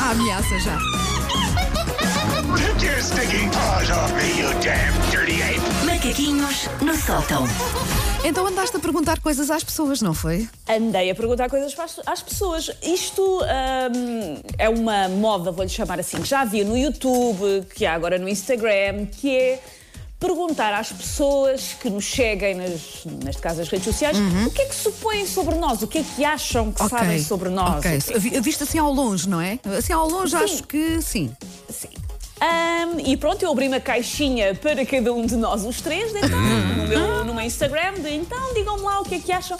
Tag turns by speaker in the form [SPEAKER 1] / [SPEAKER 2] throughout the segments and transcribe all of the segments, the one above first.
[SPEAKER 1] à ameaça já.
[SPEAKER 2] Take your stinking paws off me, you damn dirty ape!
[SPEAKER 3] Macaquinhos no sótão.
[SPEAKER 1] Então andaste a perguntar coisas às pessoas, não foi?
[SPEAKER 4] Andei a perguntar coisas faz- às pessoas. Isto hum, é uma moda, vou-lhe chamar assim, que já havia no YouTube, que há agora no Instagram, que é perguntar às pessoas que nos cheguem, nas, neste caso as redes sociais, o que é que supõem sobre nós, o que é que acham que
[SPEAKER 1] Uhum. Ok.
[SPEAKER 4] sabem sobre nós.
[SPEAKER 1] Ok.
[SPEAKER 4] o que é que-
[SPEAKER 1] Vi- Visto assim ao longe, não é? Assim ao longe,
[SPEAKER 4] Sim.
[SPEAKER 1] acho que sim.
[SPEAKER 4] Sim. Ahm, e pronto, eu abri uma caixinha para cada um de nós, os três, de então,
[SPEAKER 1] Hum.
[SPEAKER 4] no, meu, no meu Instagram, de então digam-me lá o que é que acham.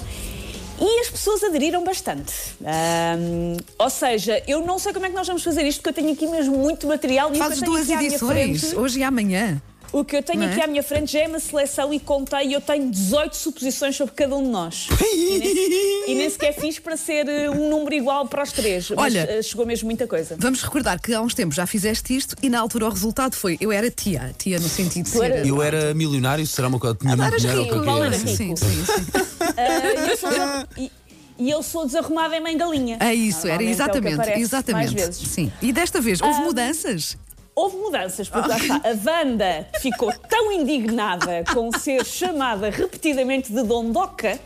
[SPEAKER 4] E as pessoas aderiram bastante. Ahm, ou seja, eu não sei como é que nós vamos fazer isto, porque eu tenho aqui mesmo muito material e
[SPEAKER 1] Fazes
[SPEAKER 4] o que eu
[SPEAKER 1] duas
[SPEAKER 4] tenho aqui à minha
[SPEAKER 1] edições,
[SPEAKER 4] frente-
[SPEAKER 1] hoje e amanhã.
[SPEAKER 4] o que eu tenho
[SPEAKER 1] Não é?
[SPEAKER 4] aqui à minha frente já é uma seleção e contei, e eu tenho 18 suposições sobre cada um de nós. E nem, e nem sequer fiz para ser eh, um número igual para os três. Mas,
[SPEAKER 1] Olha-
[SPEAKER 4] eh, chegou mesmo muita coisa.
[SPEAKER 1] Vamos recordar que há uns tempos já fizeste isto e na altura o resultado foi eu era tia, tia no sentido de
[SPEAKER 4] Tu eras-
[SPEAKER 1] ser.
[SPEAKER 5] Eu era milionário, será uma coisa? Tinha muito
[SPEAKER 1] eras
[SPEAKER 5] dinheiro
[SPEAKER 4] rico,
[SPEAKER 5] ou o que é que
[SPEAKER 4] Paulo
[SPEAKER 5] era?
[SPEAKER 4] era rico.
[SPEAKER 1] Sim, sim, sim.
[SPEAKER 4] Ah, e eu sou desar- e, e eu sou desarrumada em mãe galinha.
[SPEAKER 1] É isso, era
[SPEAKER 4] Normalmente é o que
[SPEAKER 1] exatamente,
[SPEAKER 4] aparece Mais
[SPEAKER 1] exatamente.
[SPEAKER 4] vezes. Ah,
[SPEAKER 1] Sim. E desta vez houve mudanças?
[SPEAKER 4] Houve mudanças, porque lá está, a Wanda ficou tão indignada com ser chamada repetidamente de Dondoca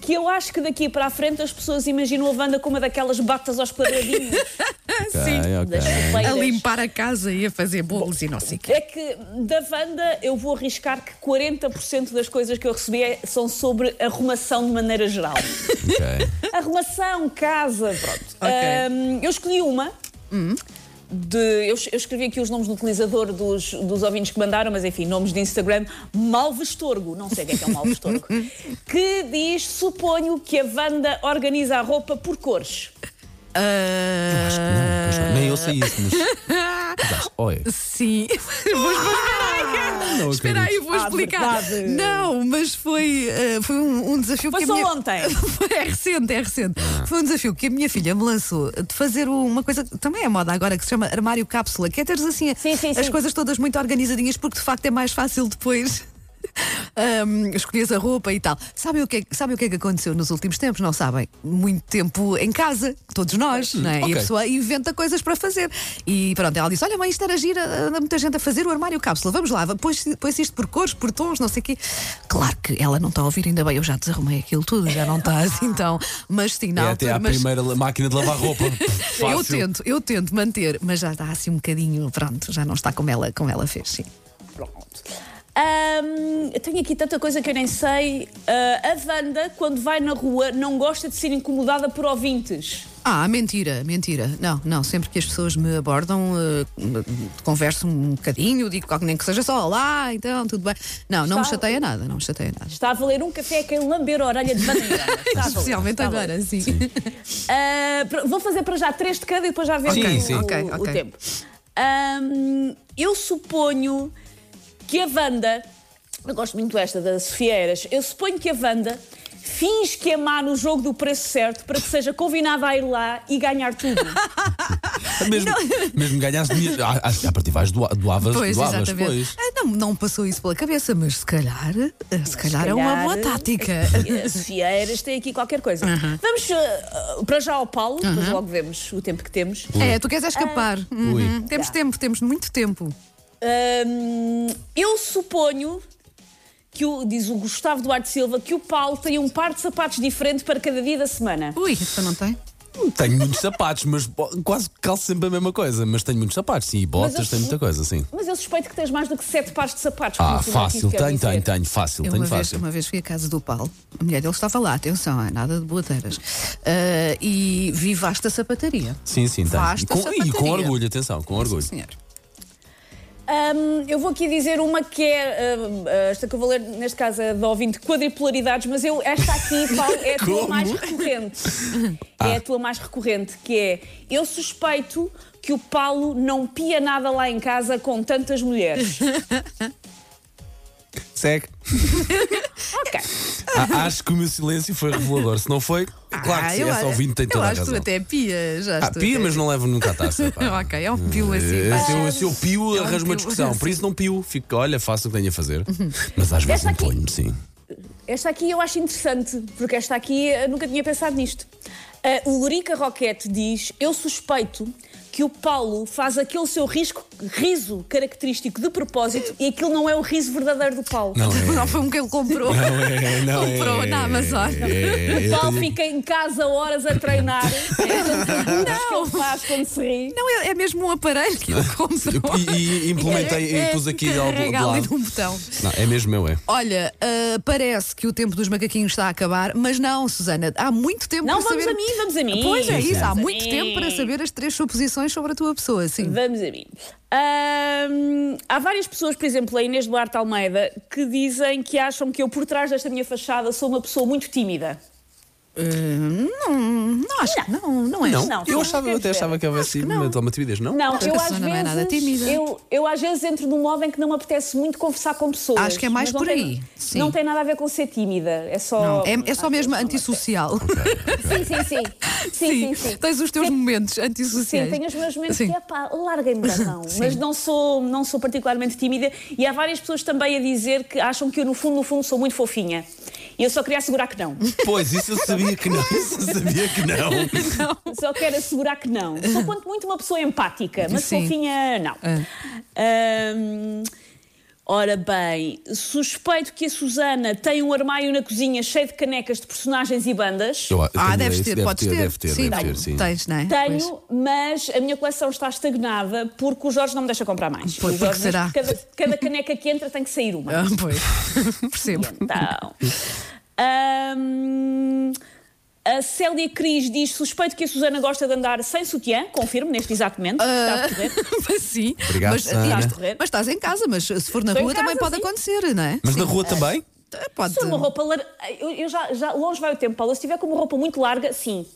[SPEAKER 4] que eu acho que daqui para a frente as pessoas imaginam a Wanda como uma daquelas batas aos quadradinhos.
[SPEAKER 5] Ok,
[SPEAKER 4] das
[SPEAKER 5] ok.
[SPEAKER 1] A
[SPEAKER 4] chuteiras.
[SPEAKER 1] limpar a casa e a fazer bolos e não sei o quê.
[SPEAKER 4] É que da Wanda eu vou arriscar que 40% das coisas que eu recebi é- são sobre arrumação de maneira geral.
[SPEAKER 5] ok.
[SPEAKER 4] Arrumação, casa, pronto.
[SPEAKER 1] Ok.
[SPEAKER 4] Ahm, eu escolhi uma. De, eu, es- eu escrevi aqui os nomes do utilizador dos, dos ouvintes que mandaram, mas enfim, nomes de Instagram. Malvestorgo, não sei o que é que é um Malvestorgo. que diz: suponho que a Wanda organiza a roupa por cores.
[SPEAKER 1] Ah,
[SPEAKER 5] Acho que não, acho que não. nem eu sei isso, mas. mas acho- Olha,
[SPEAKER 1] Sim. Vou explicar.
[SPEAKER 5] não
[SPEAKER 1] Espera aí,
[SPEAKER 5] acredito.
[SPEAKER 1] vou
[SPEAKER 4] Ah,
[SPEAKER 1] explicar.
[SPEAKER 4] verdade.
[SPEAKER 1] Não, mas foi, ah, foi um, um desafio
[SPEAKER 4] Foi
[SPEAKER 1] que
[SPEAKER 4] só
[SPEAKER 1] a minha...
[SPEAKER 4] ontem.
[SPEAKER 1] É recente, é recente. Foi um desafio que a minha filha me lançou de fazer uma coisa que também é moda agora, que se chama armário cápsula, que é teres assim
[SPEAKER 4] Sim, sim,
[SPEAKER 1] as
[SPEAKER 4] sim.
[SPEAKER 1] coisas todas muito organizadinhas, porque de facto é mais fácil depois. hum, escolhes a roupa e tal. Sabem o, que é, que- sabem o que é que aconteceu nos últimos tempos? Não sabem? Muito tempo em casa, todos nós, não é? E
[SPEAKER 5] Hum, ok.
[SPEAKER 1] a pessoa inventa coisas para fazer. E pronto, ela disse: Olha, mãe, isto era gira, anda muita gente a fazer o armário cápsula. Vamos lá, põe isto por cores, por tons, não sei o quê. Claro que ela não está a ouvir ainda bem, eu já desarrumei aquilo tudo, já não está assim tão. Mas sim, na
[SPEAKER 5] É até
[SPEAKER 1] altura.
[SPEAKER 5] à
[SPEAKER 1] mas-
[SPEAKER 5] primeira la- máquina de lavar roupa.
[SPEAKER 1] eu
[SPEAKER 5] Fácil.
[SPEAKER 1] tento, eu tento manter, mas já está assim um bocadinho, pronto, já não está como ela, como ela fez, sim.
[SPEAKER 4] Pronto. Ahm, eu tenho aqui tanta coisa que eu nem sei. Ah, a Wanda, quando vai na rua, não gosta de ser incomodada por ouvintes.
[SPEAKER 1] Ah, mentira, mentira. Não, não, sempre que as pessoas me abordam, eh, converso um bocadinho, digo qualquer- nem que seja só olá, então tudo bem. Não, não me
[SPEAKER 4] Está-
[SPEAKER 1] chateia nada, não me chateia nada.
[SPEAKER 4] Está a valer um café a quem lamber a orelha de Wanda. Miranda. Está a valer,
[SPEAKER 1] Especialmente
[SPEAKER 4] está a valer.
[SPEAKER 1] agora, sim.
[SPEAKER 4] Ah, pr- vou fazer para já três de cada e depois já vemos
[SPEAKER 5] Ok,
[SPEAKER 4] o,
[SPEAKER 5] sim.
[SPEAKER 4] o-
[SPEAKER 1] Ok,
[SPEAKER 4] o
[SPEAKER 1] ok.
[SPEAKER 4] tempo. Ahm, eu suponho que a Wanda, eu gosto muito desta da Sofia Eras, eu suponho que a Wanda finge que é má no jogo do preço certo para que seja convidada a ir lá e ganhar tudo.
[SPEAKER 5] Mesmo, mesmo ganhaste dinheiro. Ah, ah, A partir vais doa- doavas,
[SPEAKER 1] Pois,
[SPEAKER 5] doavas,
[SPEAKER 1] exatamente.
[SPEAKER 5] pois.
[SPEAKER 1] Ah, Não, não passou isso pela cabeça, mas se calhar, eh, se calhar, é
[SPEAKER 4] calhar,
[SPEAKER 1] uma boa tática.
[SPEAKER 4] A Sofia Eras tem aqui qualquer coisa. Vamos ah, ah, para já ao Paulo, depois logo vemos o tempo que temos.
[SPEAKER 1] É, tu queres é escapar. Uhum. Temos
[SPEAKER 4] Já.
[SPEAKER 1] tempo, temos muito tempo.
[SPEAKER 4] Hum, eu suponho que o, diz o Gustavo Duarte Silva que o Paulo tem um par de sapatos diferente para cada dia da semana.
[SPEAKER 1] Ui, isso não tem?
[SPEAKER 5] Tenho muitos sapatos, mas bo- quase calço sempre a mesma coisa. Mas tenho muitos sapatos, sim. E botas,
[SPEAKER 4] eu-
[SPEAKER 5] tenho muita coisa, sim.
[SPEAKER 4] Mas eu suspeito que tens mais do que sete pares de sapatos.
[SPEAKER 1] é
[SPEAKER 4] como
[SPEAKER 5] Ah,
[SPEAKER 4] tu não
[SPEAKER 5] fácil.
[SPEAKER 4] quis quer
[SPEAKER 5] Tenho,
[SPEAKER 4] dizer.
[SPEAKER 5] tenho, tenho. Fácil,
[SPEAKER 1] Eu
[SPEAKER 5] tenho
[SPEAKER 1] uma, vez,
[SPEAKER 5] fácil.
[SPEAKER 1] uma vez fui à casa do Paulo, a mulher dele estava lá, atenção, é nada de boateiras. Ah, e vi vasta sapataria.
[SPEAKER 5] Sim, sim, tenho.
[SPEAKER 1] Vasta
[SPEAKER 5] E com, e com
[SPEAKER 1] sapataria.
[SPEAKER 5] orgulho, atenção, com orgulho.
[SPEAKER 1] Senhor.
[SPEAKER 4] Hum, eu vou aqui dizer uma que é, hum, esta que eu vou ler, neste caso é de ouvinte, quadripolaridades, mas eu, esta aqui, Paulo, é a tua
[SPEAKER 5] Como? Ah.
[SPEAKER 4] mais recorrente. É a tua mais recorrente, que é, eu suspeito que o Paulo não pia nada lá em casa com tantas mulheres.
[SPEAKER 5] Segue.
[SPEAKER 4] Ok.
[SPEAKER 5] Ah, acho que o meu silêncio foi revelador. Se não foi, claro
[SPEAKER 1] Ah,
[SPEAKER 5] que sim,
[SPEAKER 1] eu
[SPEAKER 5] essa
[SPEAKER 1] acho-
[SPEAKER 5] ouvinte tem toda
[SPEAKER 1] Eu
[SPEAKER 5] a
[SPEAKER 1] acho que tu
[SPEAKER 5] razão.
[SPEAKER 1] até pia, já
[SPEAKER 5] Ah,
[SPEAKER 1] estou
[SPEAKER 5] pia,
[SPEAKER 1] até-
[SPEAKER 5] mas não levo nunca a taça. pá.
[SPEAKER 1] Ok, é um pio assim.
[SPEAKER 5] Eh,
[SPEAKER 1] pá.
[SPEAKER 5] Se eu, se eu pio,
[SPEAKER 1] É um
[SPEAKER 5] arranjo uma
[SPEAKER 1] pio, Uhum.
[SPEAKER 5] discussão. Por isso não pio. Fico, olha, faço o que tenho a fazer. Mas às vezes
[SPEAKER 4] Esta
[SPEAKER 5] me
[SPEAKER 4] aqui-
[SPEAKER 5] ponho, sim.
[SPEAKER 4] Esta aqui eu acho interessante, porque esta eh, aqui eu nunca tinha pensado nisto. Ah, o Lorica Roquete diz: Eu suspeito que o Paulo faz aquele seu risco, riso característico de propósito e aquilo não é o riso verdadeiro do Paulo.
[SPEAKER 5] Não é.
[SPEAKER 1] Não foi um que ele comprou.
[SPEAKER 5] Não é, não é.
[SPEAKER 1] comprou na Amazon.
[SPEAKER 5] É,
[SPEAKER 4] O
[SPEAKER 5] eu
[SPEAKER 4] Paulo
[SPEAKER 5] tenho-
[SPEAKER 4] fica em casa horas a treinar. não! Que ele faz quando se ri.
[SPEAKER 1] Não, é, é mesmo um aparelho que ele comprou. É,
[SPEAKER 5] E- e implementei, e pus aqui ao-
[SPEAKER 1] Carrega
[SPEAKER 5] de
[SPEAKER 1] ali
[SPEAKER 5] lado.
[SPEAKER 1] num botão.
[SPEAKER 5] Não, é mesmo meu, é.
[SPEAKER 1] Olha, ah, parece que o tempo dos macaquinhos está a acabar, mas não, Susana, há muito tempo
[SPEAKER 4] Não,
[SPEAKER 1] para
[SPEAKER 4] vamos
[SPEAKER 1] saber.
[SPEAKER 4] a mim, vamos a mim.
[SPEAKER 1] Pois é,
[SPEAKER 4] Sim,
[SPEAKER 1] isso,
[SPEAKER 4] sim.
[SPEAKER 1] há
[SPEAKER 4] Vamos a
[SPEAKER 1] muito
[SPEAKER 4] mim.
[SPEAKER 1] tempo para saber as três suposições sobre a tua pessoa, sim.
[SPEAKER 4] Vamos a mim. Ahm, há várias pessoas, por exemplo, a Inês Duarte Almeida, que dizem que acham que eu, por trás desta minha fachada, sou uma pessoa muito tímida.
[SPEAKER 1] Não, acho que não, não é.
[SPEAKER 5] Não,
[SPEAKER 4] não,
[SPEAKER 5] eu
[SPEAKER 4] não
[SPEAKER 5] achava,
[SPEAKER 4] quero
[SPEAKER 5] eu até
[SPEAKER 4] ver.
[SPEAKER 5] achava que houvesse uma timidez, não?
[SPEAKER 4] Não,
[SPEAKER 1] Acho
[SPEAKER 4] eu
[SPEAKER 1] que a
[SPEAKER 4] às
[SPEAKER 1] Susana
[SPEAKER 4] vezes.
[SPEAKER 1] não é nada tímida.
[SPEAKER 4] Eu, eu às vezes entro num modo em que não me apetece muito conversar com pessoas.
[SPEAKER 1] Acho que é mais
[SPEAKER 4] mas não
[SPEAKER 1] por
[SPEAKER 4] tem-
[SPEAKER 1] aí, sim.
[SPEAKER 4] Não tem nada a ver com ser tímida. É só.
[SPEAKER 1] Não, é, é só
[SPEAKER 4] às vezes
[SPEAKER 1] mesmo
[SPEAKER 4] não apetece.
[SPEAKER 1] antissocial.
[SPEAKER 4] Sim, sim, sim. Sim, sim, sim.
[SPEAKER 1] Tens os teus momentos antissociais.
[SPEAKER 4] Sim, tenho os meus momentos
[SPEAKER 1] Sim.
[SPEAKER 4] que é pá, larguem-me da mão.
[SPEAKER 1] Sim.
[SPEAKER 4] Mas não sou, não sou particularmente tímida e há várias pessoas também a dizer que acham que eu, no fundo, no fundo, sou muito fofinha. E eu só queria assegurar que não.
[SPEAKER 5] Pois, isso eu sabia que não. Isso eu sabia que não.
[SPEAKER 4] Só quero assegurar que não. Sou quanto muito uma pessoa empática, mas
[SPEAKER 1] Sim. É.
[SPEAKER 4] fofinha, não. Ahm, ora bem, suspeito que a Susana tem um armário na cozinha cheio de canecas de personagens e bandas.
[SPEAKER 5] Eu- eu
[SPEAKER 1] Ah,
[SPEAKER 5] tenho-
[SPEAKER 1] deves
[SPEAKER 5] isso
[SPEAKER 1] ter,
[SPEAKER 5] deve
[SPEAKER 1] podes ter.
[SPEAKER 5] Deve ter,
[SPEAKER 1] sim,
[SPEAKER 5] deve ter, sim.
[SPEAKER 1] tens, não é? Pois.
[SPEAKER 4] Tenho, mas a minha coleção está estagnada porque o Jorge não me deixa comprar mais.
[SPEAKER 1] Pois,
[SPEAKER 4] O Jorge
[SPEAKER 1] porque será?
[SPEAKER 4] diz que Cada, cada caneca que entra tem que sair uma.
[SPEAKER 1] Ah, pois. Percebo.
[SPEAKER 4] Então. hum, a Célia Cris diz: suspeito que a Susana gosta de andar sem sutiã, confirmo neste exato momento. Está a correr.
[SPEAKER 1] Ah, Mas sim.
[SPEAKER 5] Obrigado,
[SPEAKER 1] mas,
[SPEAKER 5] Susana.
[SPEAKER 1] aliás,
[SPEAKER 4] Correr.
[SPEAKER 1] mas estás em casa, mas se for na
[SPEAKER 4] Estou em
[SPEAKER 1] rua também
[SPEAKER 4] casa,
[SPEAKER 1] pode
[SPEAKER 4] sim.
[SPEAKER 1] acontecer, não é? Então,
[SPEAKER 5] Mas na rua também?
[SPEAKER 1] Pode.
[SPEAKER 4] Se for uma roupa larga. Eu, eu já, já- longe vai o tempo, Paula. Se tiver com uma roupa muito larga, sim.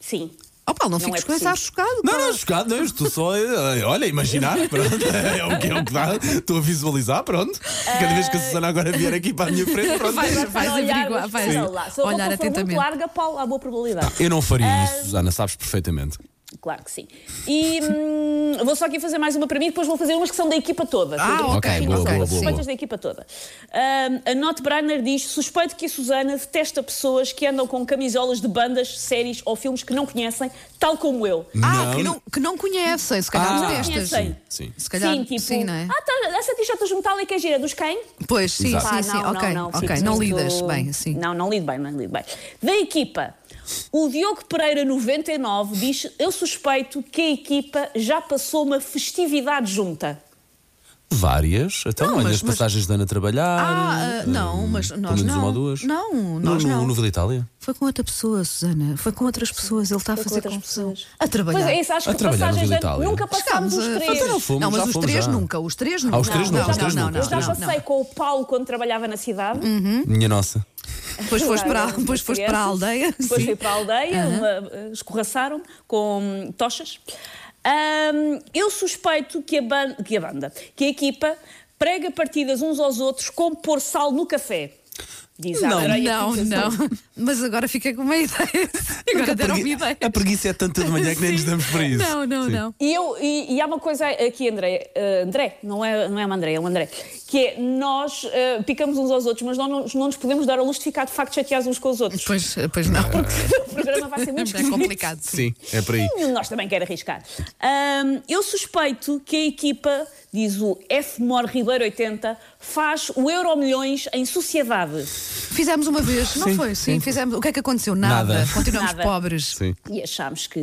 [SPEAKER 4] Sim.
[SPEAKER 1] Oh, Paulo, não,
[SPEAKER 4] Não
[SPEAKER 1] fiques
[SPEAKER 4] é
[SPEAKER 1] com esse ar chocado.
[SPEAKER 5] Não,
[SPEAKER 1] Paulo.
[SPEAKER 5] não, chocado, não, eu estou só. eh, Olha, imaginar, pronto. É o que é o que dá. Estou a visualizar, pronto. Cada vez que a Susana agora vier aqui para a minha frente, pronto.
[SPEAKER 1] Vai, vai,
[SPEAKER 4] Para
[SPEAKER 1] vais
[SPEAKER 4] olhar,
[SPEAKER 1] averiguar,
[SPEAKER 4] mas
[SPEAKER 1] vais
[SPEAKER 4] sei lá, Se a
[SPEAKER 1] olhar
[SPEAKER 4] roupa for muito
[SPEAKER 1] atentamente.
[SPEAKER 4] larga, Paulo, há boa probabilidade.
[SPEAKER 5] Eu não
[SPEAKER 1] Ah.
[SPEAKER 5] faria isso, Susana, sabes perfeitamente.
[SPEAKER 4] Claro que sim. E hum, vou só aqui fazer mais uma para mim, depois vou fazer umas que são da equipa toda.
[SPEAKER 1] Ah,
[SPEAKER 4] Sim,
[SPEAKER 1] ok,
[SPEAKER 4] sim,
[SPEAKER 1] boa,
[SPEAKER 4] sim,
[SPEAKER 1] boa,
[SPEAKER 4] sim.
[SPEAKER 1] boa,
[SPEAKER 4] Suspeitas
[SPEAKER 5] boa.
[SPEAKER 4] da equipa toda. Hum, a Not Brainer diz: suspeito que a Susana detesta pessoas que andam com camisolas de bandas, séries ou filmes que não conhecem, tal como eu.
[SPEAKER 1] Ah,
[SPEAKER 5] Não.
[SPEAKER 1] Que, não, que não conhecem, se calhar
[SPEAKER 5] Ah,
[SPEAKER 1] detestas.
[SPEAKER 4] conhecem.
[SPEAKER 5] Sim.
[SPEAKER 1] Se calhar,
[SPEAKER 4] sim, tipo,
[SPEAKER 1] não é?
[SPEAKER 4] ah, tá, essa t-shirt dos metálicas gira dos quem?
[SPEAKER 1] Pois, sim,
[SPEAKER 5] Exato.
[SPEAKER 1] sim,
[SPEAKER 4] Pá,
[SPEAKER 1] sim,
[SPEAKER 4] Ah, não,
[SPEAKER 1] ok,
[SPEAKER 4] não, não,
[SPEAKER 1] ok,
[SPEAKER 4] fico
[SPEAKER 1] não
[SPEAKER 4] muito-
[SPEAKER 1] lidas bem, sim.
[SPEAKER 4] Não, não lido bem, não lido bem. Da equipa, o Diogo Pereira 99 diz: Eu suspeito que a equipa já passou uma festividade junta.
[SPEAKER 5] Várias. Então,
[SPEAKER 1] Não,
[SPEAKER 5] olha,
[SPEAKER 1] mas-
[SPEAKER 5] as
[SPEAKER 1] mas-
[SPEAKER 5] passagens da Ana trabalhar. hum,
[SPEAKER 1] Ah, ah, não, mas
[SPEAKER 5] pelo
[SPEAKER 1] nós
[SPEAKER 5] menos
[SPEAKER 1] não.
[SPEAKER 5] uma ou duas.
[SPEAKER 1] Não,
[SPEAKER 5] No-
[SPEAKER 1] nós
[SPEAKER 5] no,
[SPEAKER 1] não.
[SPEAKER 5] No Vila Itália.
[SPEAKER 1] Foi com outra pessoa, Susana. Foi com outras pessoas. Ele está a fazer
[SPEAKER 4] outras
[SPEAKER 1] confusão.
[SPEAKER 4] pessoas.
[SPEAKER 1] A trabalhar.
[SPEAKER 4] Pois é, isso acho
[SPEAKER 5] A
[SPEAKER 4] que
[SPEAKER 5] trabalhar no
[SPEAKER 4] passagens
[SPEAKER 5] Vila
[SPEAKER 4] da-
[SPEAKER 5] Itália.
[SPEAKER 4] Nunca
[SPEAKER 1] Chegámos
[SPEAKER 4] passámos os
[SPEAKER 1] a-
[SPEAKER 4] três.
[SPEAKER 5] Então não fomos,
[SPEAKER 1] não, mas
[SPEAKER 5] já
[SPEAKER 1] os
[SPEAKER 5] fomos,
[SPEAKER 1] três
[SPEAKER 5] já. Ah,
[SPEAKER 1] nunca. Os três nunca.
[SPEAKER 5] os três
[SPEAKER 1] não,
[SPEAKER 5] nunca, os
[SPEAKER 1] não,
[SPEAKER 5] três
[SPEAKER 1] não,
[SPEAKER 5] nunca,
[SPEAKER 1] não,
[SPEAKER 4] Eu já
[SPEAKER 1] não,
[SPEAKER 4] passei
[SPEAKER 1] não.
[SPEAKER 4] com o Paulo quando trabalhava na cidade.
[SPEAKER 1] Hum?
[SPEAKER 5] Minha nossa.
[SPEAKER 1] Depois foste para,
[SPEAKER 4] Claro,
[SPEAKER 1] depois foste para a
[SPEAKER 4] crianças.
[SPEAKER 1] aldeia.
[SPEAKER 4] Depois
[SPEAKER 1] sim.
[SPEAKER 4] um fui para a aldeia, uma- escorraçaram com tochas. Ahm, eu suspeito que a, ban- que a banda, que a equipa, prega partidas uns aos outros como pôr sal no café. Diz a
[SPEAKER 5] Não,
[SPEAKER 4] Andreia
[SPEAKER 1] Não,
[SPEAKER 4] Conceição.
[SPEAKER 1] não. Mas agora fica com uma ideia. Agora deram-me
[SPEAKER 5] Porque
[SPEAKER 1] ideia.
[SPEAKER 5] A preguiça é tanta de manhã que nem nos damos para isso.
[SPEAKER 1] Não, não,
[SPEAKER 5] Sim.
[SPEAKER 1] não.
[SPEAKER 4] E, eu, e, e há uma coisa aqui, André, eh, André, não é, não é uma André, é um André, que é nós eh, picamos uns aos outros, mas nós não, não nos podemos dar ao luxo de ficar de facto chateados uns com os outros.
[SPEAKER 1] Pois, pois não.
[SPEAKER 4] O programa vai ser muito
[SPEAKER 1] É
[SPEAKER 4] esquisito.
[SPEAKER 1] complicado.
[SPEAKER 5] Ah, Sim, é para aí.
[SPEAKER 4] Nenhum de nós também quer arriscar. Ahm, eu suspeito que a equipa, diz o F. Mor Ribeiro 80, faz o Euro Milhões em sociedade.
[SPEAKER 1] Fizemos uma vez, não
[SPEAKER 5] Sim,
[SPEAKER 1] foi? Sim,
[SPEAKER 5] sim.
[SPEAKER 1] fizemos. O que é que aconteceu? Nada.
[SPEAKER 5] Nada.
[SPEAKER 1] Continuamos
[SPEAKER 4] Nada.
[SPEAKER 1] pobres.
[SPEAKER 5] Sim.
[SPEAKER 4] E achámos que.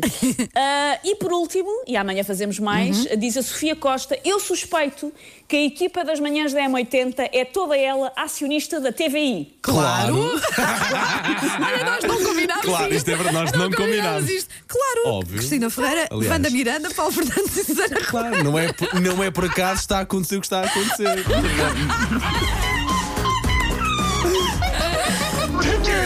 [SPEAKER 4] Ah, e por último, e amanhã fazemos mais, diz a Sofia Costa: Eu suspeito que a equipa das manhãs da M80 é toda ela acionista da TVI.
[SPEAKER 5] Claro.
[SPEAKER 1] Olha, nós não combinámos
[SPEAKER 5] Claro,
[SPEAKER 1] isto.
[SPEAKER 5] isto é verdade, nós não combinámos.
[SPEAKER 1] isto. Claro.
[SPEAKER 5] Óbvio.
[SPEAKER 1] Cristina Ferreira,
[SPEAKER 5] Aliás.
[SPEAKER 1] Wanda Miranda, Paulo Fernandes e Susana Romana.
[SPEAKER 5] Claro, não é, por- não é por acaso que está a acontecer o que está a acontecer.
[SPEAKER 2] Take your